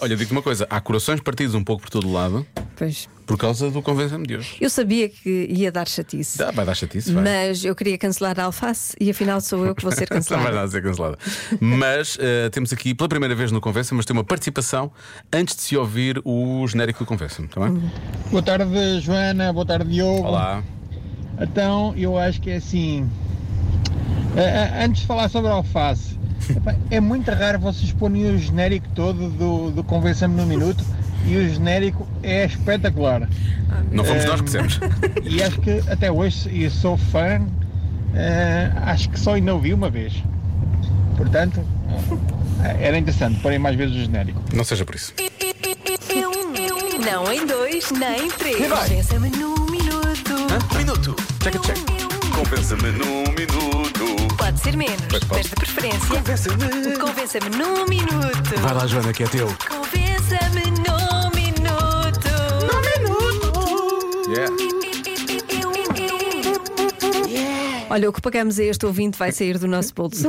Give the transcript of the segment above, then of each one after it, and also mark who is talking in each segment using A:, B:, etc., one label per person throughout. A: Olha, digo-te uma coisa: há corações partidos um pouco por todo o lado
B: Pois.
A: por causa do Convença-me de hoje.
B: Eu sabia que ia dar chatice.
A: Dá, Ah, vai dar chatice, vai.
B: Mas eu queria cancelar a alface e afinal sou eu que vou ser
A: Não vai
B: cancelada.
A: nada a ser cancelada. Mas eh, temos aqui, pela primeira vez no Convença, mas tem uma participação antes de se ouvir o genérico do Convença, está bem?
C: Boa tarde, Joana. Boa tarde, Diogo.
A: Olá.
C: Então, eu acho que é assim. a- a- Antes de falar sobre a alface, epá, é muito raro vocês porem o genérico todo do, do Convença-me no Minuto e o genérico é espetacular.
A: Não fomos nós que dissemos.
C: E acho que até hoje, e eu sou fã, eh, acho que só ainda ouvi uma vez. Portanto, eh, era interessante porem mais vezes o genérico.
A: Não é seja por isso.
B: Não em dois, nem em três. Pensa-me num minuto.
D: Um Minuto.
A: Check it, check.
D: Convença-me num minuto.
B: Pode ser menos,
A: Pois pode. mas
B: de preferência.
D: Convença-me.
B: Convença-me num minuto.
D: Vai lá, Joana, que é teu.
B: Convença-me num minuto. Num minuto.
A: Yeah.
B: Olha, o que pagamos a este ouvinte vai sair do nosso bolso.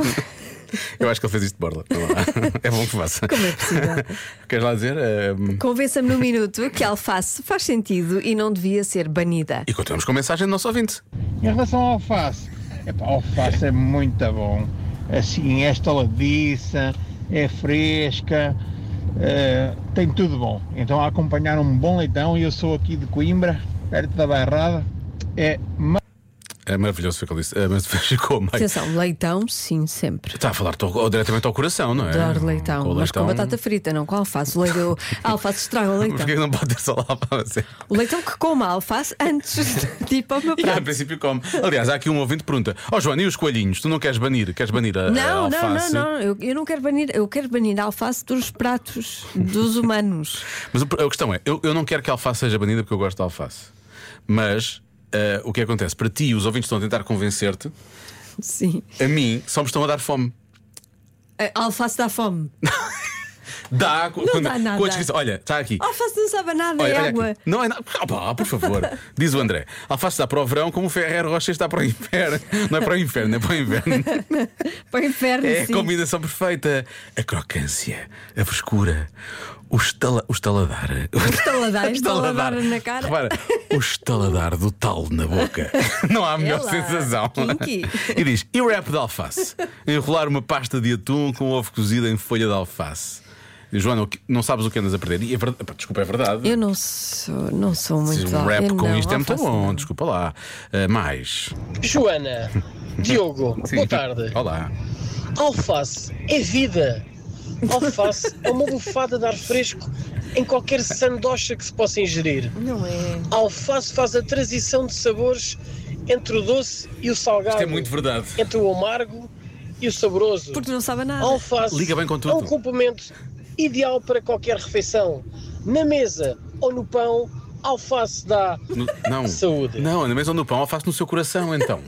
A: Eu acho que ele fez isto de borda. Vá lá. É bom que faça.
B: Como é possível?
A: Queres lá dizer? Eh,
B: Convença-me num minuto que a alface faz sentido e não devia ser banida.
A: E continuamos com a mensagem do nosso ouvinte.
C: Em relação ao alface, epá, alface é muito bom. Assim, é estaladiça, é fresca, eh, tem tudo bom. Então, a acompanhar um bom leitão, e eu sou aqui de Coimbra, perto da Bairrada, é
A: É maravilhoso foi o que ele disse. Eh, mas ficou meio.
B: Atenção, leitão, sim, sempre.
A: Está a falar to- ou diretamente ao coração, não é?
B: Adoro leitão,
A: o
B: mas com batata frita, não com alface. O leitão, a alface estraga o
A: Mas porquê
B: leitão.
A: que não pode ter só lá para você?
B: O leitão que coma a alface antes de ir para o meu
A: E que, em
B: prato.
A: princípio come. Aliás, há aqui um ouvinte que pergunta: Ó Joana, e os coelhinhos? Tu não queres banir? Queres banir a, a
B: Não, não, não,
A: alface?
B: não. Eu, eu não quero banir, eu quero banir a alface dos pratos dos humanos.
A: Mas o- a questão é: eu, eu não quero que a alface seja banida porque eu gosto de alface. Mas eh, o que acontece? Para ti, os ouvintes estão a tentar convencer-te,
B: Sim.
A: a mim só me estão a dar fome.
B: A alface dá fome.
A: Dá, não quando,
B: dá nada. Oh,
A: quando a descrição- olha, está aqui.
B: A alface não sabe a nada, é
A: Olha, olha
B: água.
A: aqui. Não é nada. Ah, pá, por favor. Diz o André. Alface está para o verão como o Ferreira Rocha está para o inferno. Não é para o inferno, é para o inverno.
B: Para o inferno,
A: É a
B: sim.
A: combinação perfeita. A crocância, a frescura, o, estala, o estaladar. O
B: estaladar, estaladar é na cara.
A: Repara, o estaladar do tal na boca. Não há melhor
B: Ela,
A: sensação.
B: kinky.
A: E diz: e wrap de alface? Enrolar uma pasta de atum com ovo cozido em folha de alface. Joana, o que- não sabes o que andas a perder. E é verdade, pá, desculpa, é verdade.
B: Eu não sou, não sou
A: Diz,
B: muito.
A: um rap
B: eu
A: com
B: não,
A: isto é muito
B: alface
A: bom,
B: não.
A: desculpa lá. Ah, mais.
E: Joana, Diogo, boa tarde.
A: Olá.
E: Alface é vida. Alface é uma bufada de ar fresco em qualquer sandocha que se possa ingerir.
B: Não é?
E: Alface faz a transição de sabores entre o doce e o salgado.
A: Isto é muito verdade.
E: Entre o amargo e o saboroso.
B: Porque não sabe nada.
E: Alface
A: Liga bem com tudo.
E: é um complemento ideal para qualquer refeição. Na mesa ou no pão, alface dá.
A: No- não.
E: Saúde.
A: Não, na mesa ou no pão, alface no seu coração, então.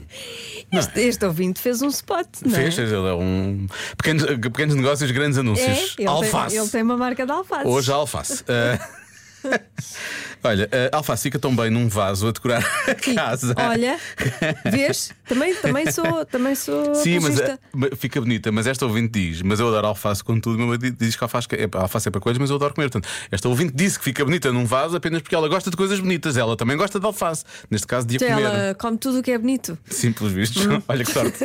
B: Este, este ouvinte fez um spot, não é?
A: Fez, ele é um. Pequenos, pequenos negócios, grandes anúncios.
B: É, ele,
A: alface.
B: Tem, ele tem uma marca de alface.
A: Hoje a alface. Ah, Olha, a alface fica tão bem num vaso a decorar a
B: Sim.
A: casa.
B: Olha, vês? Também, também sou. Também sou
A: Sim, mas
B: apologista.
A: ah, fica bonita, mas esta ouvinte diz, mas eu adoro alface com tudo, meu marido diz que alface é, alface é para coisas, mas eu adoro comer. Portanto, esta ouvinte disse que fica bonita num vaso apenas porque ela gosta de coisas bonitas, ela também gosta de alface, neste caso de a
B: Então
A: comer.
B: Ela Hum. come tudo o que é bonito.
A: Simples vistos. Olha que sorte.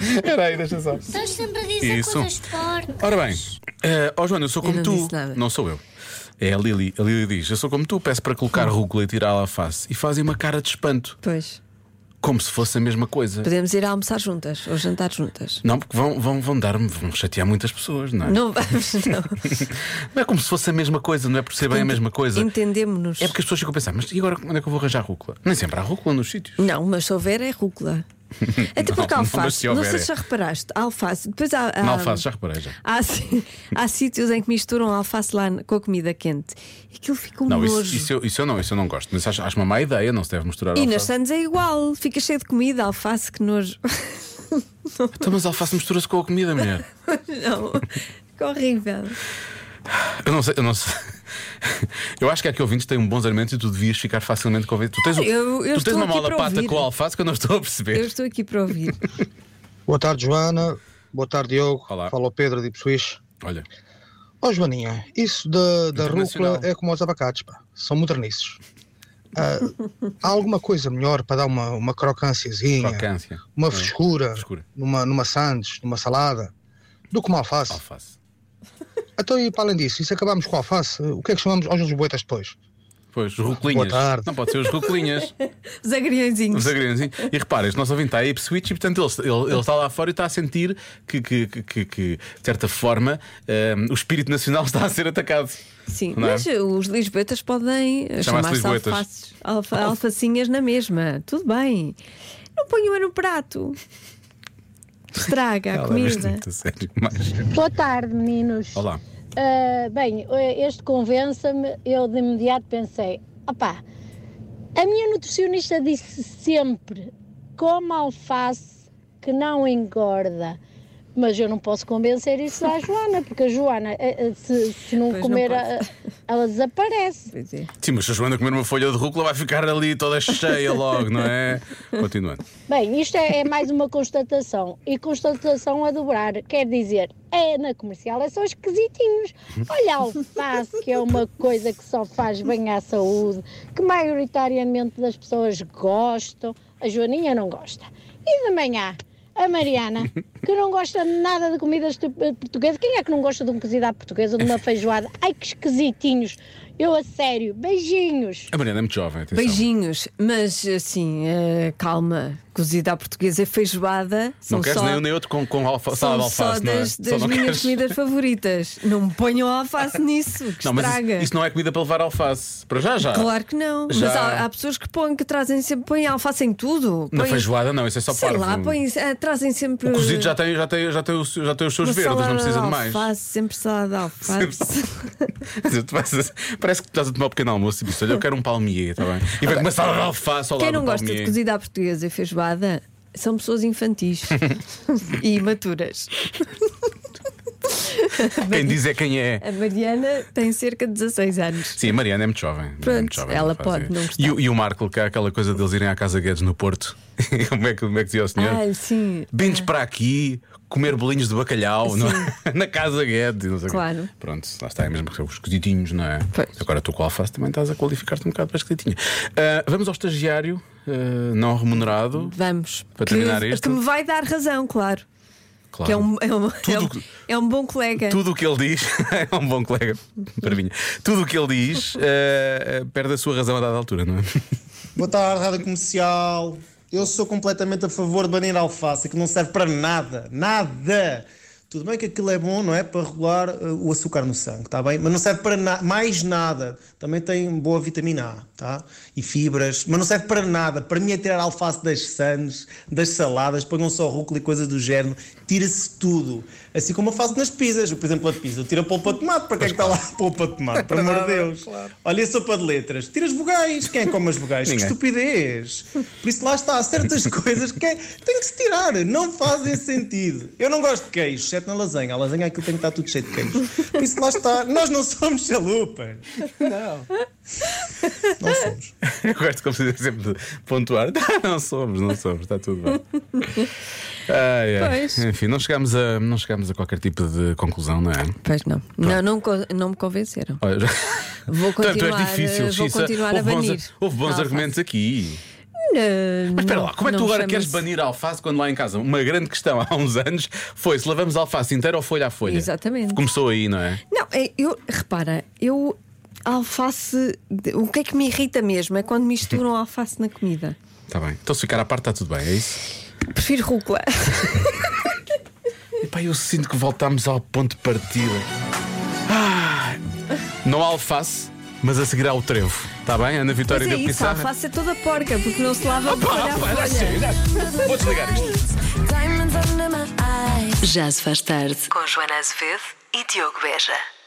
A: Espera aí, deixa só.
F: Estás sempre a dizer
A: Isso.
F: coisas porcas.
A: Ora bem, eh, ó Joana, eu sou como
B: não
A: tu.
B: disse nada.
A: Não sou eu. É a Lili. A Lili diz: Eu sou como tu, peço para colocar
B: Hum.
A: rúcula e tirá-la à face. E fazem uma cara de espanto,
B: Pois.
A: como se fosse a mesma coisa.
B: Podemos ir almoçar juntas ou jantar juntas.
A: Não, porque vão, vão, vão dar-me, vão chatear muitas pessoas, não é?
B: Não vamos, não.
A: Não é como se fosse a mesma coisa, não é por ser bem a mesma coisa.
B: Entendemos-nos.
A: É porque as pessoas ficam a pensar, mas e agora onde é que eu vou arranjar rúcula? Nem sempre há rúcula nos sítios.
B: Não, mas se houver é rúcula. Até
A: Não,
B: porque a
A: não, mas
B: alface.
A: se
B: Não,
A: houver
B: sei
A: é.
B: se já reparaste. a Alface. Depois há. há-
A: Na alface, já reparei já.
B: Há, si- há sítios em que misturam alface lá com a comida quente. E aquilo fica um
A: Não,
B: nojo.
A: isso, isso eu, isso eu não, isso eu não gosto. Mas acho, acho uma má ideia, não se deve misturar
B: E nas
A: alface.
B: Sandes é igual, fica cheio de comida, alface, que nojo.
A: Então, mas alface mistura-se com a comida, mulher.
B: não, que horrível.
A: Eu não sei, eu não sei. Eu acho que aqui ouvintes têm um bons alimentos e tu devias ficar facilmente convencido. Tu tens, um-
B: Ah, Eu- eu
A: tu tens
B: estou
A: uma
B: aqui
A: mala
B: para
A: pata
B: ouvir.
A: com alface que eu não estou a
B: Eu
A: perceber.
B: estou aqui para ouvir.
G: Boa tarde, Joana. Boa tarde, Diogo.
A: Olá.
G: Fala o Pedro de Ipswich.
A: Olha,
F: Ó Joaninha, isso da, da
A: Internacional.
F: rúcula é como os abacates, pá. São modernices. Ah, há alguma coisa melhor para dar uma, uma crocânciazinha,
A: Crocância.
F: uma
A: É.
F: frescura,
A: Frescura.
F: numa, numa sandes, numa salada, do que uma alface?
A: Alface.
F: Então, e para além disso, e se acabamos com a alface, o que é que chamamos aos lisboetas depois?
A: Pois, ruclinhas.
F: Boa tarde.
A: Não pode ser os ruclinhas.
B: Os agriãozinhos.
A: Os agriãozinhos. assim. E repara, este nosso ouvinte está a Ipswich e, portanto, ele, ele, ele está lá fora e está a sentir que, que, que, que- que, de certa forma, hum, o espírito nacional está a ser atacado.
B: Sim,
A: Não é?
B: mas os lisboetas podem eh,
A: Chamar-se
B: chamar-se
A: lisboetas.
B: alfaces, alfa- alfacinhas na mesma. Tudo bem. Não ponham no prato. Estraga a
A: Ela é leva-se
B: comida.
A: muito a sério. Mas,
G: Boa tarde, meninos.
A: olá.
G: Ah, bem, eh, este convença-me, eu de imediato pensei, opá, a minha nutricionista disse sempre, coma alface que não engorda. Mas eu não posso convencer isso à Joana, porque a Joana, eh, eh, se, se não
B: Pois não
G: comer,
B: pode.
G: a- ela desaparece.
B: Pois é.
A: Sim, mas se a Joana comer uma folha de rúcula vai ficar ali toda cheia logo, não é? Continuando.
G: Bem, isto é, é mais uma constatação. E constatação a dobrar. Quer dizer, é na comercial, é só esquisitinhos. Olha a alface, que é uma coisa que só faz bem à saúde, que maioritariamente das pessoas gostam. A Joaninha não gosta. E de manhã, a Mariana, que não gosta nada de comidas tu- eh, portuguesas. Quem é que não gosta de uma cozida à portuguesa, de uma feijoada? Ai, que esquisitinhos. Eu, a sério, beijinhos.
A: A Mariana é muito jovem, atenção.
B: Beijinhos, mas assim, eh, calma. Cozida à portuguesa é feijoada.
A: Não
B: são
A: queres
B: só-
A: nem um nem outro com, com alfa,
B: São
A: salada de alface,
B: só
A: não é?
B: das,
A: Só
B: das
A: não
B: minhas
A: queres.
B: comidas favoritas. Não me ponham alface nisso, que
A: Não, mas
B: estraga.
A: isso, isso não é comida para levar alface. Para já, já.
B: Claro que não.
A: Já-
B: Mas há, há pessoas que põem, que trazem sempre, põem alface em tudo.
A: Na
B: põem-
A: feijoada, não, isso é só
B: Sei
A: parvo.
B: lá, põem, eh, trazem sempre.
A: O cozido já tem, já tem, já tem, os, já tem os seus
B: uma
A: verdes, não
B: salada
A: precisa de
B: de
A: mais.
B: Alface, sempre salada de alface.
A: Quer dizer, tu vais- Parece que estás a tomar um pequeno almoço e disse: Olha, eu quero um palmier, está bem? E vai começar a alface ao
B: Quem
A: lado
B: não
A: do
B: gosta de
A: palmier.
B: cozida à portuguesa e feijoada são pessoas infantis e imaturas.
A: Quem diz é quem é.
B: A Mariana tem cerca de 16 anos.
A: Sim, a Mariana é muito jovem. é muito jovem
B: ela
A: não faz
B: pode
A: isso.
B: não gostar.
A: E, o- e o Marco, que há aquela coisa deles irem à Casa Guedes no Porto. como, é que, como é que dizia o senhor?
B: Ah, sim.
A: Bindes para aqui, comer bolinhos de bacalhau não é? na Casa Guedes. Não sei o quê.
B: Claro.
A: Pronto, lá está, é mesmo que são os esquisitinhos, não é?
B: Pois.
A: Agora tu com a alface também estás a qualificar-te um bocado para esquisitinho. Ah, vamos ao estagiário ah, não remunerado.
B: Vamos.
A: Para
B: que,
A: terminar este?
B: que me vai dar razão, claro.
A: Claro.
B: Que é um, é um, é
A: Tudo
B: um,
A: que-
B: é um bom colega.
A: Tudo o que ele diz é um bom colega para mim. Tudo o que ele diz eh, perde a sua razão a dada altura, não é?
H: Boa tarde, Rádio Comercial. Eu sou completamente a favor de banir a alface, que não serve para nada, nada. Tudo bem que aquilo é bom, não é? Para regular eh, o açúcar no sangue, está bem? Mas não serve para na- mais nada. Também tem boa vitamina A, tá? E fibras, mas não serve para nada. Para mim é tirar a alface das sandes, das saladas, ponham só rúcula e coisas do género. Tira-se tudo. Assim como eu faço nas pizzas. Eu, por exemplo, a pizza, eu tiro a polpa de tomate. Para que é que está lá a polpa de tomate? Por amor de Deus. Olha a sopa de letras. Tira as vogais. Quem é que come as vogais? Que
A: Ninguém.
H: estupidez. Por isso lá está. Há certas coisas que é- tem que se tirar. Não fazem sentido. Eu não gosto de queijo, exceto na lasanha. A lasanha é aquilo que tem que estar tudo cheio de queijo. Por isso lá está. Nós não somos chalupas. Não. Não somos.
A: Eu gosto como se diz sempre de pontuar. Ah, Não somos, não somos, está tudo bem. Ai, ai.
B: Pois.
A: Enfim, não chegámos, a, não chegámos a qualquer tipo de conclusão, não é?
B: Pois não. Não, não, co- não me convenceram.
A: Olha, já-
B: Vou
A: Portanto,
B: continuar, eh,
A: é difícil,
B: vou
A: Xisa.
B: continuar a
A: houve bons-
B: banir.
A: Houve bons
B: Alface.
A: argumentos aqui.
B: Não,
A: Mas espera lá, como é que tu
B: não
A: agora
B: chama-se-
A: queres banir a alface quando lá em casa? Uma grande questão há uns anos foi se lavamos a alface inteira ou folha a folha.
B: Exatamente.
A: Começou aí, não é?
B: Não, é- eu, repara, eu alface. de- O que é que me irrita mesmo é quando misturam alface na comida.
A: Está bem. Então se ficar à parte está tudo bem, é isso?
B: Prefiro rúcula.
A: Epá, eu sinto que voltámos ao ponto de partida. Ah, não há alface, mas a seguir há o trevo. Está bem? Ana Vitória Ah,
B: Mas é
A: deu
B: isso, a
A: pissarra.
B: alface é toda porca, porque não se lava
A: Opa,
B: para a
A: opa, dá
B: folha.
A: sério, dá- Vou desligar isto.
I: Já se faz tarde com Joana Azevedo e Diogo Beja.